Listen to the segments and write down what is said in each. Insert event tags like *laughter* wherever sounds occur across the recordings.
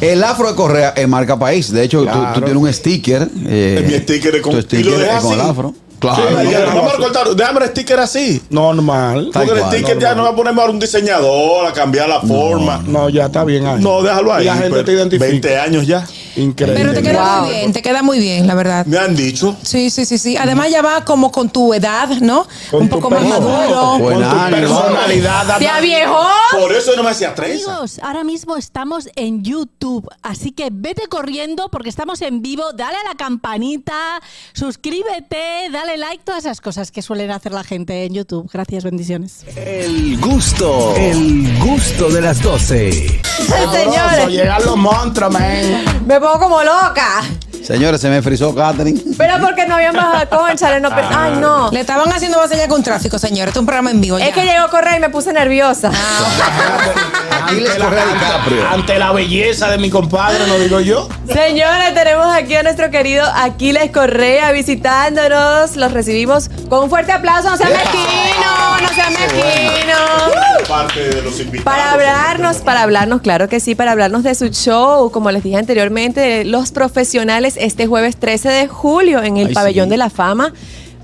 El afro de Correa eh, marca país. De hecho, tú- tú, Claro. tienes un sticker. eh, Mi sticker es con- tu y lo dejo es con el así. afro. Sí, Claro. ya, vamos a recortar. Déjame el sticker así. Normal. Tal Porque el cual. sticker ya no va a poner ahora un diseñador, a cambiar la forma. No, No, ya está bien ahí. déjalo ahí. Y la gente pero te identifica. 20 años ya. Increíble. Pero te queda Wow. muy bien, te queda muy bien, la verdad. Me han dicho. Sí, sí, sí, sí. Además ya va como con tu edad, ¿no? Con Un tu poco más persona. maduro. Buen ánimo. Personalidad. Dana. ¡Ya viejo! Por eso no me hacía tres. Amigos, ahora mismo estamos en YouTube, así que vete corriendo porque estamos en vivo, dale a la campanita, suscríbete, dale like, todas esas cosas que suelen hacer la gente en YouTube. Gracias, bendiciones. Este El gusto, el gusto de las 12. Sabroso, Señores, Llegan los monstruos, man. me pongo como loca. Señores, se me frizó Catherine. Pero porque no habían bajado concha, no pe- Ay, no. Le estaban haciendo vasalla con tráfico, señores. Este es un programa en vivo. Es ya. que llegó Correa y me puse nerviosa. *laughs* Aquí les Correa DiCaprio. Ante la belleza de mi compadre, no digo yo. Señores, tenemos aquí a nuestro querido Aquiles Correa visitándonos. Los recibimos con un fuerte aplauso. No sea mezquino, no sea mezquino. Parte de los invitados. Para hablarnos, para hablarnos, claro que sí, para hablarnos de su show, como les dije anteriormente, de los profesionales este jueves 13 de julio en el Ay, Pabellón sí. de la Fama.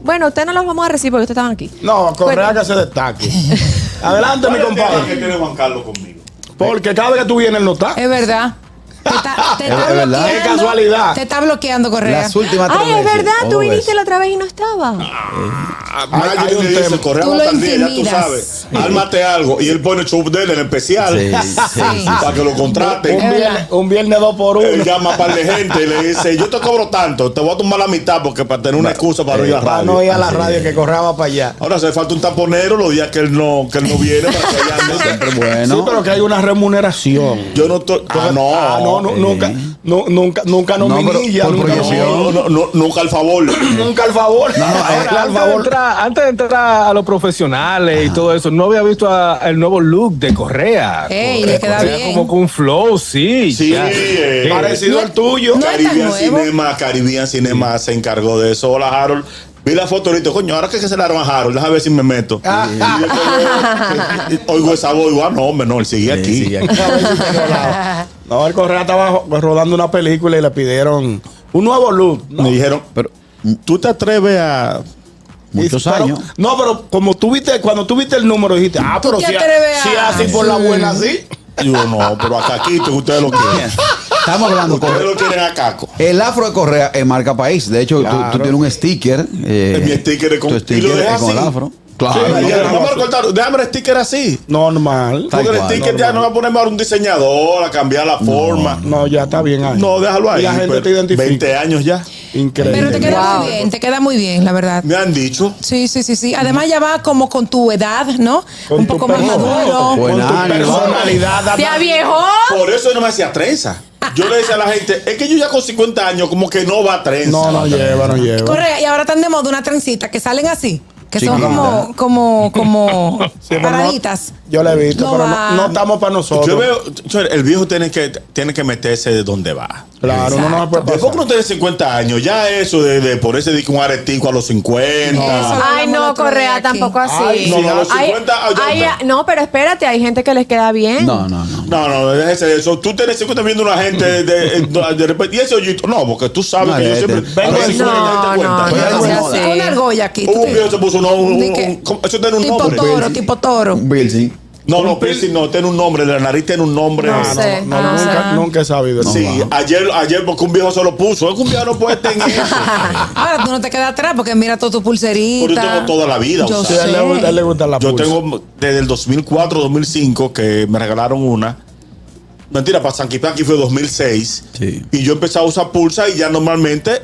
Bueno, ustedes no los vamos a recibir porque ustedes estaban aquí. No, Correa que se destaque. Adelante, mi Vaya tema que compadre. tiene Juan Carlos conmigo. Porque cada vez que tú vienes, no estás. Es verdad. Te está, te Es- es está verdad. bloqueando. Es casualidad. Te está bloqueando, Correa. Las últimas tres Ay, es veces. verdad, tú Oh, viniste eso. la otra vez y no estaba. Hay, Ah, hay un un tema. tema. Correa Tú va lo tal día, ya tú intimidas. sabes. Ármate algo. Y él pone chup de él en especial. *laughs* Sí, sí, sí, Para que lo contraten. Un viernes, un viernes dos por uno. Él llama a par de gente y le dice, yo te cobro tanto, te voy a tumbar la mitad porque para tener una excusa para no ir a la *laughs* Para radio. Ah, no ir a la Así radio es. que corraba para allá. Ahora hace falta un taponero los días que él no, que él no viene para que allá ande. Siempre Sí, bueno. pero que hay una remuneración. Yo no to- Ah, no. Eh. ah, no, no, Sí. nunca, nu- nunca, nunca nos No, pero minilla, por nunca, nos- proyección. No, no, no, nunca al favor. nunca al favor. Ahora, Ahora, al antes, de favor. entrar, antes de entrar a los profesionales y todo eso, no había visto a- el nuevo look de Correa. Ey, Correa le queda bien. como con un flow, sí. Sí, ya. eh, Sí. Parecido No- al tuyo. no- es tan Caribbean nuevo. Cinema, Caribbean Cinema se encargó de eso. Hola, Harold. Vi la foto ahorita, coño, ahora que cancelaron a Harold, déjame ver si me meto. Ah, Y yo como- Oigo esa voz, digo, ah, no, hombre, no, él sigue Sí, aquí. sí, aquí. No, el Correa estaba jo- rodando una película y le pidieron un nuevo look. No, Me dijeron, Pero ¿tú te atreves a muchos pero- años. No, pero como tú viste, cuando tú viste el número dijiste, ah, pero te si, a- atreves si a- así por la Sí. buena, así. Y yo, no, pero hasta aquí tú- *laughs* ustedes lo quieren. Estamos hablando Ustedes con lo quieren a Caco. el afro de Correa es marca país. De hecho, tú- Claro. tú, tienes un sticker. eh, Mi sticker es con- tu y lo sticker dejo es con el así. afro. Sí, Ah, Claro. ya, vamos a recortar. Déjame el sticker así. Normal. Tal Porque el cual. sticker ya no va a poner ahora un diseñador, a cambiar la forma. No, No, ya está bien ahí. déjalo ahí. Y la gente pero te identifica. 20 años ya. Increíble. Pero te queda Wow. muy bien, te queda muy bien, la verdad. Me han dicho. Sí, sí, sí, sí. Además ya va como con tu edad, ¿no? Con un tu poco más persona. maduro. Buen Con tu ánimo. personalidad. Ah, ¡Ya Dana. viejo! Por eso no me hacía trenza. Yo le decía a la gente, es que yo ya con 50 años como que no va a trenza. No, no lleva, no lleva. Correa, y ahora están de moda una trencita que salen así, que son Chiquita. como, como, como Sí, pero no- paraditas. yo la he visto, No pero va. no, no estamos para Yo nosotros. veo, señor, el viejo tiene que, tiene que meterse de donde va. Claro, no nos puede Después que pasar. uno tiene 50 años, ya eso de, de por ese dique un aretico a los 50. Eso lo Ay, hablamos el no, otro día Correa, aquí. tampoco así. Ay, no, no, los Ay, 50 ay, oyentes. no, pero espérate, hay gente que les queda bien. No, no, no. No, no, déjese de eso. Tú tienes 50 viendo una gente de, de, eh, de repente. Y ese hoyito. No, porque tú sabes No, que yo de- siempre. de- a veces No, cuando te das cuenta, no, pero no, algo no, en no. moda. Sí. Con una argolla aquí. tú Hubo un te- viejo que se puso uno, un- ¿De un- qué? ¿cómo? eso tiene un tipo nombre. toro, tipo *laughs* toro. Bilsing. No, no, piercing no, tiene un nombre. La nariz tiene un nombre. No Ah, sé. No, no, nunca, Ah. nunca he sabido. Sí, ayer, ayer porque un viejo se lo puso. Es que un viejo no puede tener eso. *laughs* Ahora tú no te quedas atrás porque mira toda tu Porque yo pulserita. tengo toda la vida Yo Sí, a él le gusta, a él le gusta la Yo pulsa. tengo desde el 2004, 2005 que me regalaron una. Mentira, para Sanky Panky fue 2006. Sí. Y yo empecé a usar pulsa y ya normalmente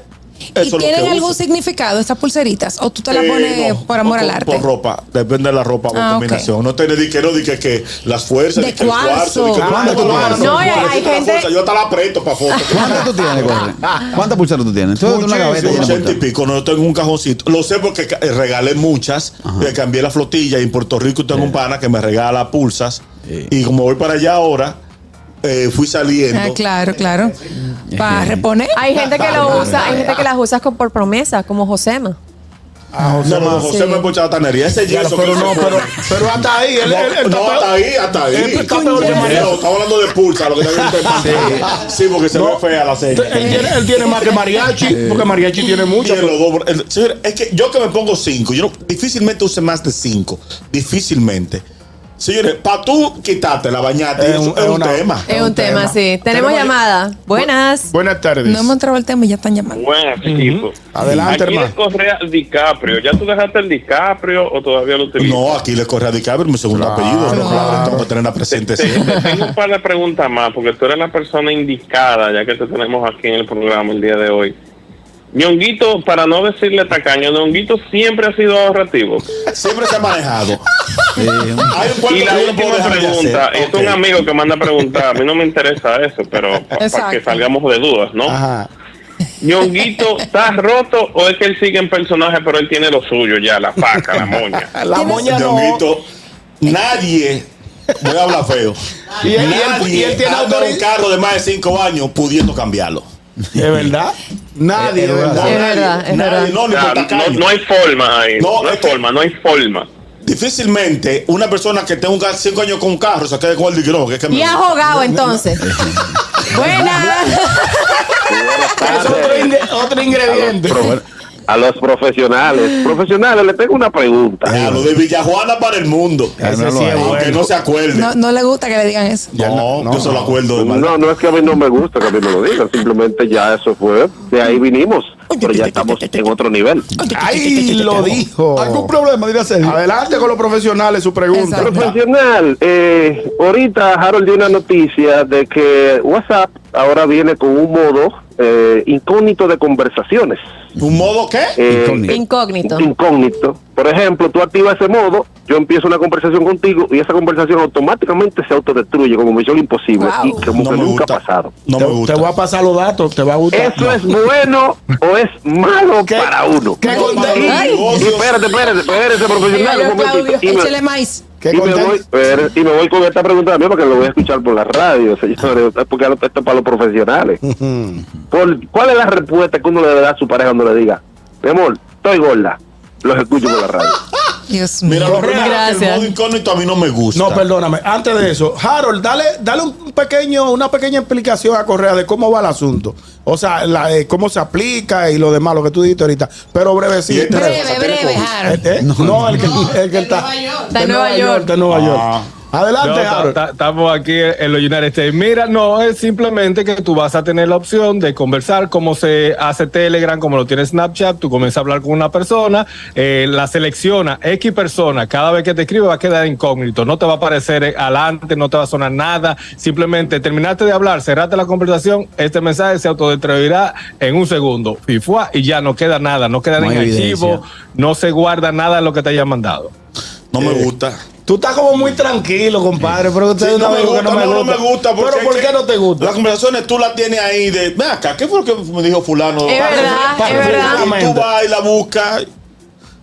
eso es ¿Y lo que tienen algún uso. significado estas pulseritas? ¿O tú te las Eh, pones no, por amor o al con- arte? Por ropa, depende de la ropa o Ah, combinación. No tiene di que no, di que, que las fuerzas, De di que el cuarzo, cuarzo. di que Ah, tú de no, no, cuarzo. no, No, y hay- cuarzo, hay la gente- fuerza, Yo hasta la aprieto para foto. ¿Cuántas tú tienes, Correa? ¿Cuántas pulseras tú tienes? Tú tienes una gaveta llena de 80 y pulseras. pico, no yo tengo un cajoncito. Lo sé porque ca- eh, regalé muchas. Le cambié la flotilla y en Puerto Rico tengo un Eh. pana que me regala pulsas. Sí. Y como voy para allá ahora, eh, fui saliendo. Ah, claro, claro. Para reponer. Hay gente que lo usa, hay gente que las usa con- por promesa, como Josema. A José No, no, no, Mas- José me pucha tanería. Ese Ya, yeso. pero que- no, pero, pero hasta ahí. Él, No, él- él está no, hasta peor- ahí, hasta ahí. él está peor que Mariano. Estamos hablando de pulsa, lo que está *laughs* viendo en pantalla. Sí, porque se ve fea la señal. Él tiene, él tiene más que mariachi, porque mariachi tiene mucho. Tiene los dos bro- el- señor, es que yo que me pongo cinco, yo no- difícilmente use más de cinco. Difícilmente. Señores, para tú quitarte la bañate, es, un, es un una- tema. Es un tema, sí. Tenemos llamada. Buenas. Buenas tardes. Pues, No hemos entrado al tema y ya están llamando. Buenas, equipo. Adelante, Aquí hermano. le corre al DiCaprio. ¿Ya tú dejaste el DiCaprio o todavía lo *laughs* utilizas? No, aquí le corre a DiCaprio mi segundo apellido. No, claro, tengo que tenerla presente *laughs* siempre. Tengo un par de preguntas más, porque tú eres la persona indicada, ya que te tenemos aquí en el programa el día de hoy. Ñonguito, para no decirle tacaño, Ñonguito siempre ha sido ahorrativo. siempre se ha manejado. Eh, Hay un cuarto Y la que yo no puedo última dejar de pregunta, hacer. es un Ok. amigo que manda a preguntar, a mí no me interesa eso, pero para que Exacto. salgamos de dudas, ¿no? Ajá. Ñonguito, ¿estás roto o es que él sigue en personaje, pero él tiene lo suyo ya, la faca, la moña? La moña no. Ñonguito, nadie. Voy a hablar feo. Y él- y él- nadie y él tiene anda en un autoriz- carro de más de cinco años pudiendo cambiarlo. ¿Es verdad? Nadie, Es de verdad. verdad. Nadie, verdad, es nadie, verdad. No, O ni sea, por tacaño. no, no hay forma ahí. No, No, es hay que- forma, no hay forma. Difícilmente una persona que tenga cinco años con un carro se quede con el digrón. Que es que Y me- ha *laughs* jugado entonces. Buenas. Es otro, ing- otro ingrediente. A los Mm. profesionales. Profesionales, le tengo una pregunta. Ya, lo de Villajuana para el mundo. Ese sí es Aunque bueno. no se acuerde. No, No, no le gusta que le digan eso. no, yo se lo acuerdo de mal. No, no es que a mí no me gusta que a mí me lo digan, simplemente ya eso fue, de ahí vinimos, pero ya estamos en otro nivel. Ahí lo dijo. ¿Algún problema, dirá Sergio? Adelante con los profesionales, su pregunta. Exacto. Profesional, eh, ahorita Harold dio una noticia de que WhatsApp ahora viene con un modo eh, incógnito de conversaciones. ¿Un modo qué? Eh, Incógnito. Incógnito. Incógnito. Por ejemplo, tú activas ese modo, yo empiezo una conversación contigo y esa conversación automáticamente se autodestruye como misión imposible Wow. y como No que me nunca gusta. ha pasado. No te, me gusta. te voy a pasar los datos, te va a gustar. ¿Eso es bueno o es malo ¿Qué? para uno? ¿Qué No, para contenido? los Y negocios. espérate, espérate, espérate, profesional. Claudio, un momentito. Claudio, Y me- échale maíz. ¿Qué y me, contenido? voy, espera, y me voy con esta pregunta también porque lo voy a escuchar por la radio, señores, porque esto es para los profesionales. Por- ¿Cuál es la respuesta que uno le da a su pareja cuando le diga, mi amor, estoy gorda? Los escucho por la radio. Dios Mira, mío. lo primero es que el Gracias. modo incógnito a mí no me gusta. No, perdóname. Antes de eso, Harold, dale, dale un pequeño, una pequeña explicación a Correa de cómo va el asunto. O sea, la, eh, cómo se aplica y lo demás, lo que tú dijiste ahorita. Pero Y este brevecito. Breve, cosa, breve, tiene COVID. Harold. Eh, eh, No, el que, el que está. Está en Nueva York. De Nueva York. Ah. Adelante, No, Harold. ta- ta- Estamos aquí en los United States. Mira, no, es simplemente que tú vas a tener la opción de conversar como se hace Telegram, como lo tiene Snapchat. Tú comienzas a hablar con una persona, eh, la selecciona X persona. Cada vez que te escribe va a quedar incógnito. No te va a aparecer eh, adelante, no te va a sonar nada. Simplemente terminaste de hablar, cerraste la conversación. Este mensaje se autodestruirá en un segundo. Y, fue, y ya no queda nada, no queda No en hay archivo, evidencia. no se guarda nada de lo que te hayan mandado. No me gusta. Tú estás como muy tranquilo, compadre. Pero usted Sí, es un no, me amigo gusta, que no, no me gusta. porque Pero es ¿por que qué no te gusta? Las conversaciones tú las tienes ahí de, "Ven acá, ¿qué fue lo que me dijo fulano? Es verdad, Para- es para- verdad. Y tú vas y la buscas.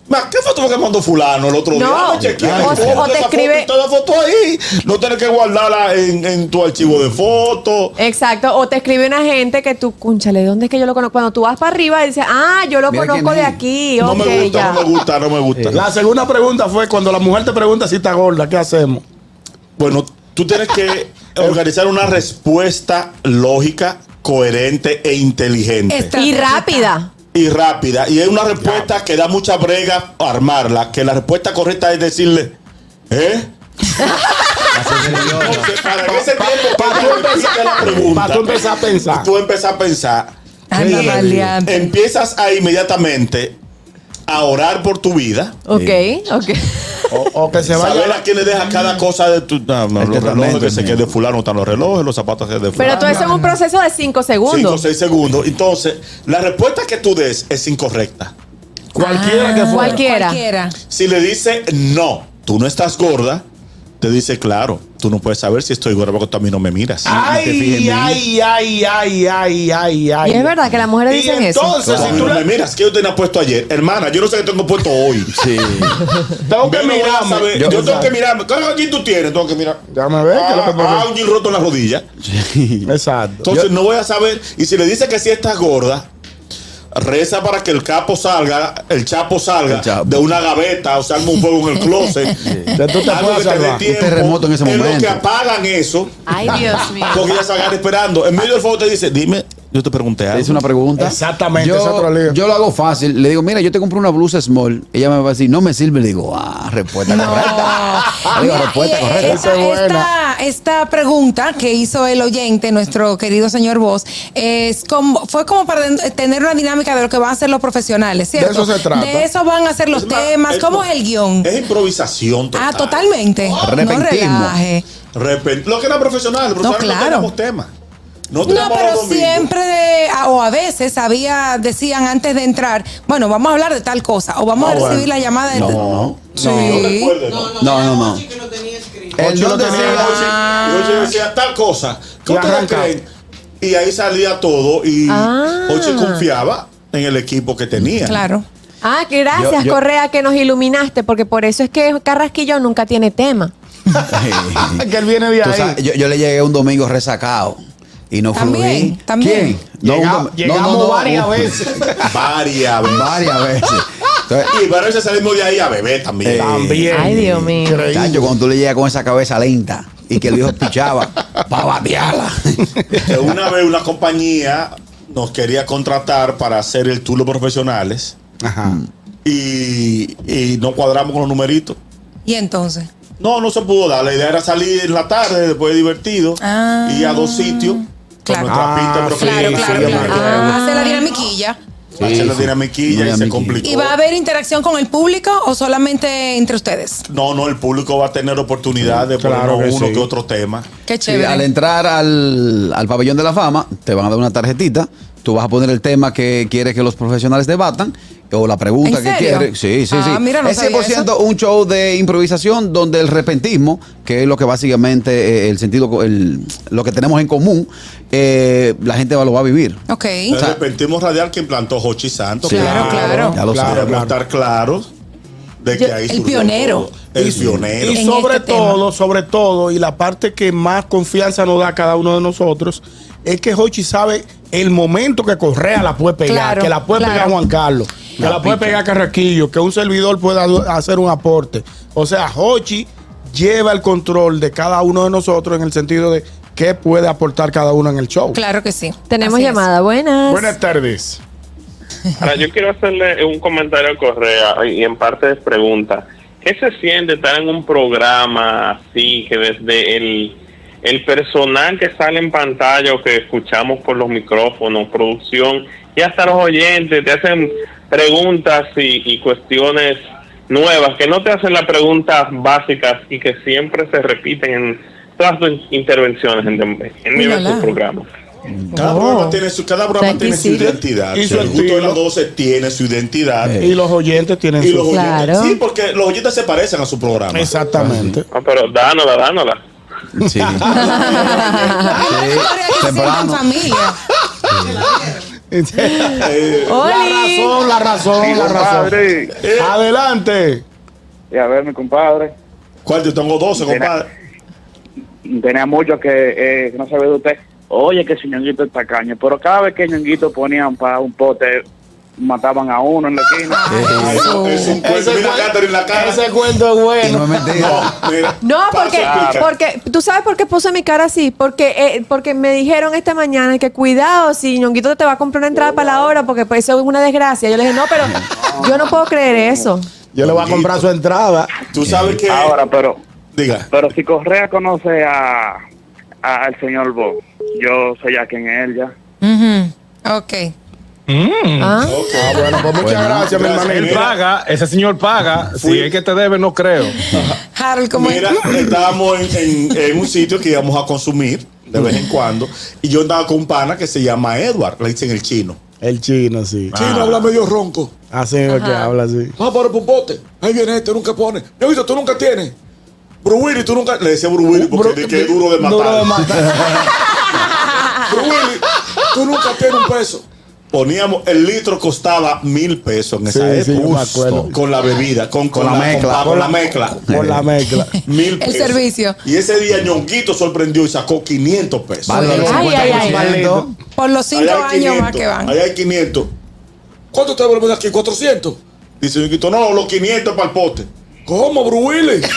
Ma, ¿Qué foto fue que mandó fulano el otro día? No, Dame chequear. o- Ponte o te esa foto y escribe- toda la foto ahí. No tienes que guardarla en, en tu archivo de fotos. Exacto, o te escribe una gente que tú, cúnchale, ¿dónde es que yo lo conozco? Cuando tú vas para arriba, dices, ah, yo lo Mira conozco quién de es. aquí, No ok, me gusta, ya. no me gusta, no me gusta. La- La segunda pregunta fue cuando la mujer te pregunta si está gorda, ¿qué hacemos? Bueno, tú tienes que *laughs* organizar una respuesta lógica, coherente e inteligente. Esta- Y rápida. y rápida. Y es una respuesta que da mucha brega armarla. Que la respuesta correcta es decirle, *laughs* ¿eh? Entonces, para en ese tiempo, pa- para tú tú empezar la pregunta, pa' tú empezar a pensar. tú empezar a pensar, Anda, Sí. valiante. empiezas a inmediatamente a orar por tu vida. Ok, ok. O, o que se vaya. Este Saber a quién le deja Mm. cada cosa de tu. no, no, El los relojes testamento, que se mira. quede fulano, están los relojes, los zapatos que de fulano. Pero todo eso es un proceso de cinco Cinco o segundos. seis segundos. Entonces, la respuesta que tú des es incorrecta. Cualquiera Ah. que fuera. Cualquiera. Cualquiera. Si le dice no, tú no estás gorda, te dice claro, tú no puedes saber si estoy gorda porque tú a mí no me miras. Ay, ay, ay, ay, ay, ay, ay. Y es verdad que las mujeres Y dicen eso. entonces, Entonces, si tú no me miras, ¿qué yo tenía puesto ayer? Hermana, yo no sé qué tengo *laughs* puesto hoy. si Sí. tú tengo Yo que no voy a mirarme. saber. Yo, tengo que mirarme. ¿Qué aquí tú tienes? Tengo que mirar. Ya me ves, que lo que- Ah, ah, un jean roto en la rodilla. Exacto. Entonces no voy a saber. Y si le dice que sí estás gorda, Reza para que el capo salga, el chapo salga de una gaveta o salga un fuego en el *laughs* closet. sea, tú te Algo puedes que dé salvar. Un tiempo. terremoto en ese lo que momento. apagan eso. Ay, Dios *laughs* mío. Porque ya se agarra esperando. En medio del fuego te dice, dime, yo te pregunté algo. Es una pregunta. Exactamente, Yo, esa es otra liga. yo lo hago fácil. Le digo, mira, yo te compro una blusa small. Ella me va a decir, no me sirve. Le digo, ah, respuesta *laughs* correcta. Le digo, Mira, respuesta y correcta. Esta, esta, esta pregunta que hizo el oyente, nuestro querido señor Vos, es como, fue como para den- tener una dinámica de lo que van a hacer los profesionales, ¿cierto? eso se trata. De eso van a ser los Es más, temas. es- ¿Cómo es el guión? Es improvisación total. Ah, totalmente. No Repentismo. relaje. Repen- Lo que era profesional, el profesional no, claro. teníamos tema. No, No, teníamos los pero domingos. siempre de- a- o a veces había decían antes de entrar, bueno, vamos a hablar de tal cosa o vamos a recibir la llamada de No, no. Sí. No te acuerdes, ¿no? No, no, no. Ocho El lo no tenía. desea- Y Ochi decía tal cosa. ¿Qué Y ustedes arranca. creen? Y ahí salía todo y Ah. Ochi confiaba en el equipo que tenía. Claro. Ah, que gracias, Yo- yo- Correa, que nos iluminaste, porque por eso es que Carrasquillo nunca tiene tema. *laughs* que él viene de Tú ahí. sabes, yo, yo le llegué un domingo resacado y no También, fluí. también. ¿Quién? No, un Llega- dom- no, llegamos no, no, varias un- veces. *laughs* Varias veces. *laughs* Varias veces. Entonces, Y varias veces salimos de ahí a beber también. También. Ay, Dios mío. Increíble. Chacho, cuando tú le llegas con esa cabeza lenta y que el hijo pichaba *laughs* para batearla. Que una vez una compañía nos quería contratar para hacer el tour de profesionales Ajá. y, y no cuadramos con los numeritos. Y entonces, No, no se pudo dar. La idea era salir en la tarde, después de divertido, Ah. y a dos sitios. Claro. Con nuestra Ah, pista profesional. claro, sí, claro, sí, claro. me Ah. Ah, Hace la dinamiquilla. Hacer la Sí, sí. dinamiquilla y se Dinamiquilla. complicó. ¿Y va a haber interacción con el público o solamente entre ustedes? No, no, el público va a tener oportunidad de poner Claro que uno sí. que otro tema. Y Qué al chévere. entrar al, al pabellón de la fama, te van a dar una tarjetita. Tú vas a poner el tema que quieres que los profesionales debatan o la pregunta ¿En que serio? quieres. Sí, sí, Ah, sí. mira, no es sabía 100% un show de improvisación donde el repentismo, que es lo que básicamente eh, el sentido, co- el- lo que tenemos en común, eh, la gente va- lo va a vivir. ok. Le repentimos radial que implantó Jochi Santos. Sí, Claro, claro. Ya lo Debemos sabes. estar claros de que Yo- ahí el surgió pionero. todo. El pionero. Y en sobre este tema. todo, sobre todo, y la parte que más confianza nos da a cada uno de nosotros, es que Hochi sabe el momento que Correa la puede pegar, Claro, que la puede claro. pegar Juan Carlos, que la, puede pegar Carraquillo, que un servidor pueda do- hacer un aporte. O sea, Hochi lleva el control de cada uno de nosotros en el sentido de qué puede aportar cada uno en el show. Claro que sí. Tenemos Así es. llamada, buenas. Buenas tardes. Ahora, yo quiero hacerle un comentario a Correa y en parte es pregunta. ¿Qué se siente estar en un programa así que desde el, el personal que sale en pantalla o que escuchamos por los micrófonos, producción y hasta los oyentes te hacen preguntas y, y cuestiones nuevas que no te hacen las preguntas básicas y que siempre se repiten en todas tus intervenciones en, en diversos Ulala. programas? Cada Oh. programa tiene su, cada programa Thank tiene you, su sí. identidad. Y su el gusto de estilo. las 12 tiene su identidad. Y los oyentes tienen Y su... los oyentes- Claro. Sí, porque los oyentes se parecen a su *laughs* programa. Exactamente. Ah, pero dánola, dánola. *laughs* Sí. Ah, pero es que Correa aquí se sienta en Temprano. familia. Eh, *laughs* Oli. La razón, la razón, la razón. Eh. Adelante. Y a ver, mi compadre, ¿Cuál? Yo tengo 12, Mira. compadre. tenía mucho que eh, que no sabe de usted. Oye, que ese ñonguito es tacaño. Pero cada vez que ñonguito ponían para un pote, mataban a uno en la esquina. Ay, es un cuento. Ese Mira, cuento- Catherine, la cara. cuento es Y no es mentira. No, mira. No, Paso, porque, explica. porque tú sabes por qué puse mi cara así. Porque eh, porque me dijeron esta mañana que cuidado si Ñonguito te va a comprar una entrada para la hora, porque pues, eso es una desgracia. Yo le dije, no, pero yo no puedo creer eso. Yo le voy a comprar su entrada. Tú sabes que. Ahora, pero Diga. pero si Correa conoce a, a- al señor Bo, yo sé ya quién es él ya. Ujú. Ok. Ah. Ah, bueno, pues muchas Bueno, gracias, mi gracias. hermanito. Él Mira. paga, ese señor paga. Si Fui. es que te debe, no creo. Harold, ¿cómo es? Mira, estábamos en, en- en un sitio que íbamos a consumir de vez en cuando. Y yo andaba con un pana que se llama Edward, le dicen el chino. El chino, sí. Chino habla medio ronco. Así es que habla así. Ah, para Pompote. Ahí viene este, nunca pone. Yo he visto, tú nunca tienes. Bruwiri, tú nunca. Le decía Bruwiri porque Bru- de que es duro de matar. Duro de matar. *laughs* Bruwiri, tú nunca tienes un peso. Poníamos, el litro costaba mil pesos en esa Sí, sí, yo época. me acuerdo. Con la bebida, con, con, la mezcla. con- Con la mezcla. Por la *laughs* mezcla. Mil El pesos. servicio. Y ese día Ñonguito sorprendió y sacó 500 pesos. Vale, Ay, el ay, ay, ay. 50%. Por los cinco Allá hay años más 500, que van. Allá hay 500. ¿Cuánto te devolvemos de aquí? ¿400? Dice Ñonguito, no, los 500 para el pote. ¿Cómo, Bruile? *laughs* y pone,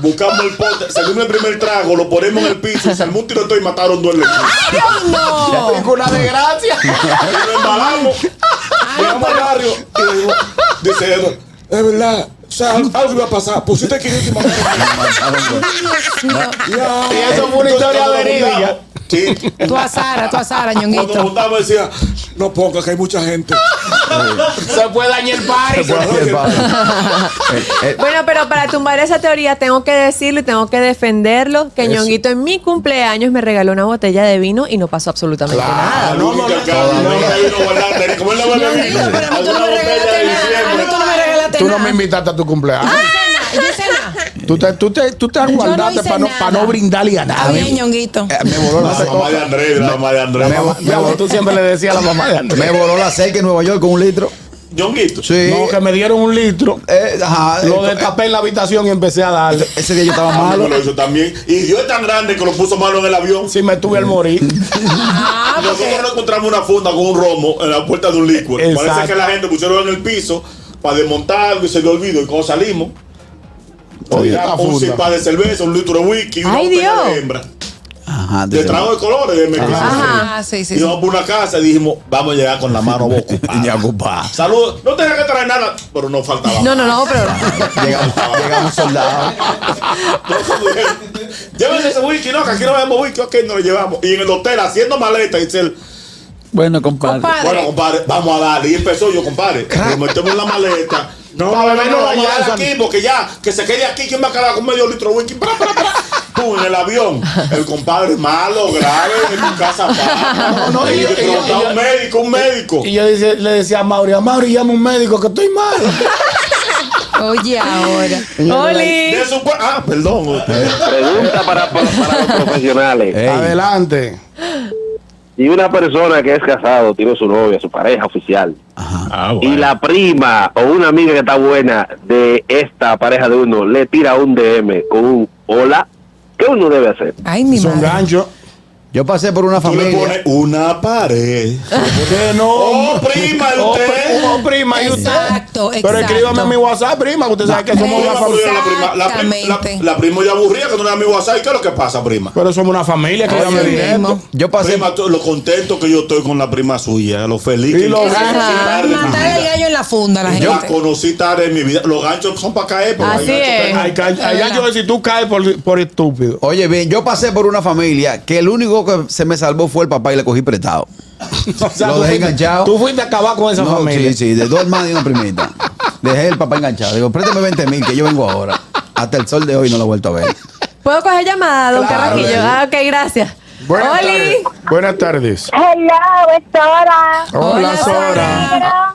buscamos el pote, según el primer trago, lo ponemos en el piso, se armó un tiroteo y mataron dos electricidad. *laughs* no! ¡Una desgracia! y lo embalamos. Llegamos al barrio y le digo, dice Edward, es verdad. O sea, al- algo iba a pasar. Pusiste 500 y mataron. Ya. Y eso fue una historia verídica. Sí. Tú a Sara, tú a Sara, Cuando nos ñonguito. juntamos decía, no pongas que hay mucha gente. Se puede dañar el party. *laughs* Eh, Bueno, pero para tumbar esa teoría tengo que decirlo y tengo que defenderlo que Eso. Ñonguito en mi cumpleaños me regaló una botella de vino y no pasó absolutamente nada. Ah, no, no, no, no, no, no, no, guardate, como él la vuelve a mí. Alguna botella de diciembre. Tú no me regalaste Tú no nada. me invitaste a tu cumpleaños. Yo hice nada. Tú te, tú te, tú te aguardaste Ah. hice para no, nada. pa' no brindarle a Está bien, nadie. ñonguito. eh, Me voló la La mamá de Andrés, la mamá de Andrés. Me voló- tú siempre le decías a la mamá de Andrés. Me voló la seca en Nueva York con un litro. Ñonguito. Sí. No, que me dieron un litro. Eh, ajá, Lo eh, destapé en la habitación y empecé a darle. Ese día yo estaba Ah, malo. me lo hizo también. Y Dios es tan grande que lo puso malo en el avión. Si me tuve al morir. Ah, Nosotros no encontramos una funda con un romo en la puerta de un licor. Exacto. Parece que la gente pusieron en el piso para desmontar algo y se le olvidó. Y cuando salimos, Oye, era esta un funda. cipa de cerveza, un litro de whisky, una Ay, botella Dios. de hembra. Ajá, De trago de colores de mezcla. Ajá, Ah, sí, sí. Y vamos por una casa y dijimos, vamos a llegar con *laughs* la mano *laughs* ocupada. Ya ocupá. Saludos. No tenía que traer nada, pero no faltaba. No, no, no, pero Llegamos, llegamos soldados. *laughs* Llévense ese whisky, no, que aquí no vemos whisky, ok, nos lo llevamos. Y en el hotel haciendo maleta, dice él, Bueno, compadre. Compadre. bueno, compadre, vamos a darle. Y empezó yo, compadre, lo metemos en la maleta. No, No, no, no, no, no, vamos a no, dejar no. aquí, porque ya, que se quede aquí, ¿quién va a quedar con medio litro de whisky? Pra, pra, pra. Tú, en el avión, el compadre malo, grave, en tu casa. pa. No, no, Y y- yo, y- pero está y- un médico, un médico. Y yo dice- le decía a Mauri, a Mauri, llama a un médico que estoy mal. Oye, ahora. Oli. De su cua- ah, perdón. Pregunta para, para- para los profesionales. Ey. Adelante. Si una persona que es casado tiene su novia, su pareja oficial, Ah, y la prima o una amiga que está buena de esta pareja de uno le tira un DM con un hola, ¿qué uno debe hacer? Ay, mi Es un madre. gancho. Yo pasé por una Tú le pones familia. una pared. Que no. Oh, prima, ¿y Oh, usted? pri- oh, prima, ¿y usted? Exacto, Pero exacto. escríbame a mi WhatsApp, prima, que usted sabe que somos una Hola, familia. prima, la prima- la pri- la- Exactamente. la primo ya aburría que no era mi WhatsApp. ¿Y qué es lo que pasa, prima? Pero somos una familia, que llame Así directo. mismo. Yo pasé. Prima, tú- lo contento que yo estoy con la prima suya, lo feliz Y que lo yo gancho. Ajá. Matar el gallo en la funda, la Yo gente. conocí tarde en mi vida. Los ganchos son para caer, pero Así hay ganchos que Eh, es. no. Ay, ca- ay, ya yo si tú caes por, por estúpido. Oye, bien, yo pasé por una familia que el único que se me salvó fue el papá y le cogí prestado. *laughs* O sea, Lo tú dejé fuiste- enganchado. Tú fuiste a acabar con esa No, familia. sí, sí, de dos hermanos y una primita. Dejé el papá enganchado. Digo, préstame 20 mil, que yo vengo ahora. Hasta el sol de hoy no lo he vuelto a ver. ¿Puedo coger llamada, don Claro, sí. Carraquillo? Ah, ok, gracias. Buenas Oli. tardes. Buenas tardes. Hello, es Sora. Hola, Sora.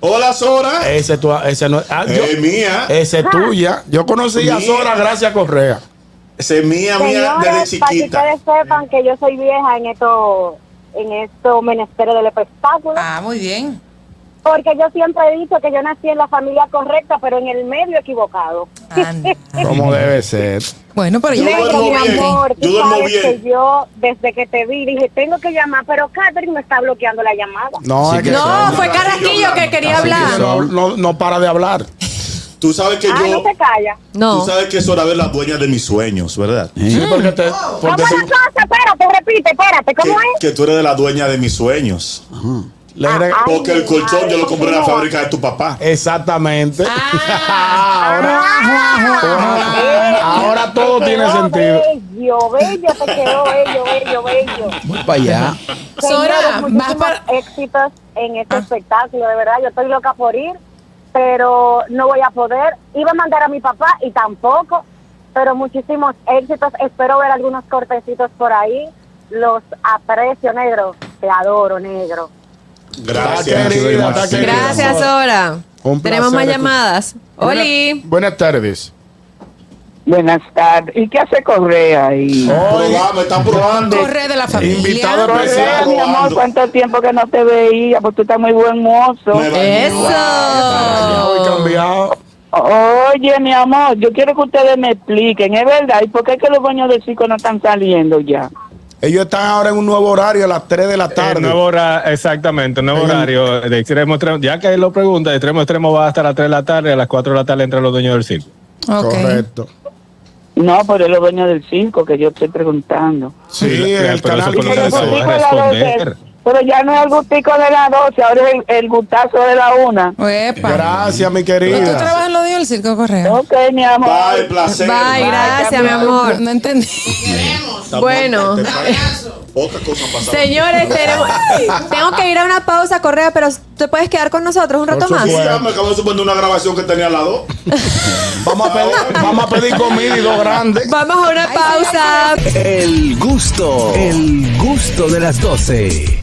Hola, Sora. Ese, tu, ese no ah, Eh, yo- Es mía. esa es tuya. Yo conocí a Mía. Sora gracias Correa. Esa es mía, mía, desde Señores, para que chiquita. ustedes sepan que yo soy vieja en esto, en estos menesteres del espectáculo, Ah, muy bien. porque yo siempre he dicho que yo nací en la familia correcta, pero en el medio equivocado. *laughs* Anda. Como debe ser. Bueno, pero yo Yo Pero, duermo mi bien. amor, tú Yo duermo sabes bien. que yo desde que te vi dije, tengo que llamar, pero Catherine me está bloqueando la llamada. No, Sí es que que No, son. fue Carraquillo que quería Así que hablar. son. no, no- no para de hablar. Tú sabes que ah, yo. no se calla. No. Tú sabes que Sora es la dueña de mis sueños, ¿verdad? Sí, porque te, ¿Cómo porque es la tú- cosa? Espérate, repite, Que, espérate, ¿cómo es? que tú eres de la dueña de mis sueños. le reg- Ay, Porque el mi colchón madre, yo lo compré en la continúa. fábrica de tu papá. Exactamente. ahora, Ah, ahora todo te tiene Ah, quedó sentido. Bello, bello, te quedó bello, bello, bello. Voy para allá. Sora, Señores, vas muchísimos para. éxitos en este espectáculo, de verdad, yo estoy loca por ir, pero no voy a poder. Iba a mandar a mi papá y tampoco, pero muchísimos éxitos. Espero ver algunos cortecitos por ahí. Los aprecio, negro. Te adoro, negro. Gracias. Está querida, está Gracias. querida. Gracias, Sora. Un placer Tenemos más escuchar- llamadas. Buena- *laughs* Oli. Buenas tardes. Buenas tardes. ¿Y qué hace Correa ahí? Probá, me están probando. Corre de la familia. Invitado Me Correa, están mi amor, probando. cuánto tiempo que no te veía, pues tú estás muy buen mozo. Me va- Hoy Eso. cambiado. Eh, Oye, mi amor, yo quiero que ustedes me expliquen, ¿es verdad? ¿Y por qué es que los dueños de circo no están saliendo ya? Ellos están ahora en un nuevo horario a las 3 de la tarde. El nuevo horario, exactamente, el nuevo Oigan. horario de extremo a extremo. Ya que él lo pregunta, de extremo a extremo va hasta las 3 de la tarde, a las 4 de la tarde entran los dueños del circo. Correcto. No, pero es lo dueño del 5 que yo estoy preguntando. Sí, el canal Pero, que el se va ¿eh? gustico a de la responder. doce- pero ya no es el gustico de la 12, ahora es el, el gustazo de la 1. Gracias, mi ¿Tú querida. trabajas en lo de el circo correo? Ok, mi amor. Bye, placer. Bye, gracias, mi amor. No entendí. Bueno. Otra este cosa pasada. Señores, tenemos- *laughs* tengo que ir a una pausa, Correa, pero te puedes quedar con nosotros un rato más. Sí, ya me acabo de suponer una grabación que tenía al lado. vamos, a pedir, vamos a pedir comida y dos grandes. Vamos a una pausa. El gusto, el gusto de las 12.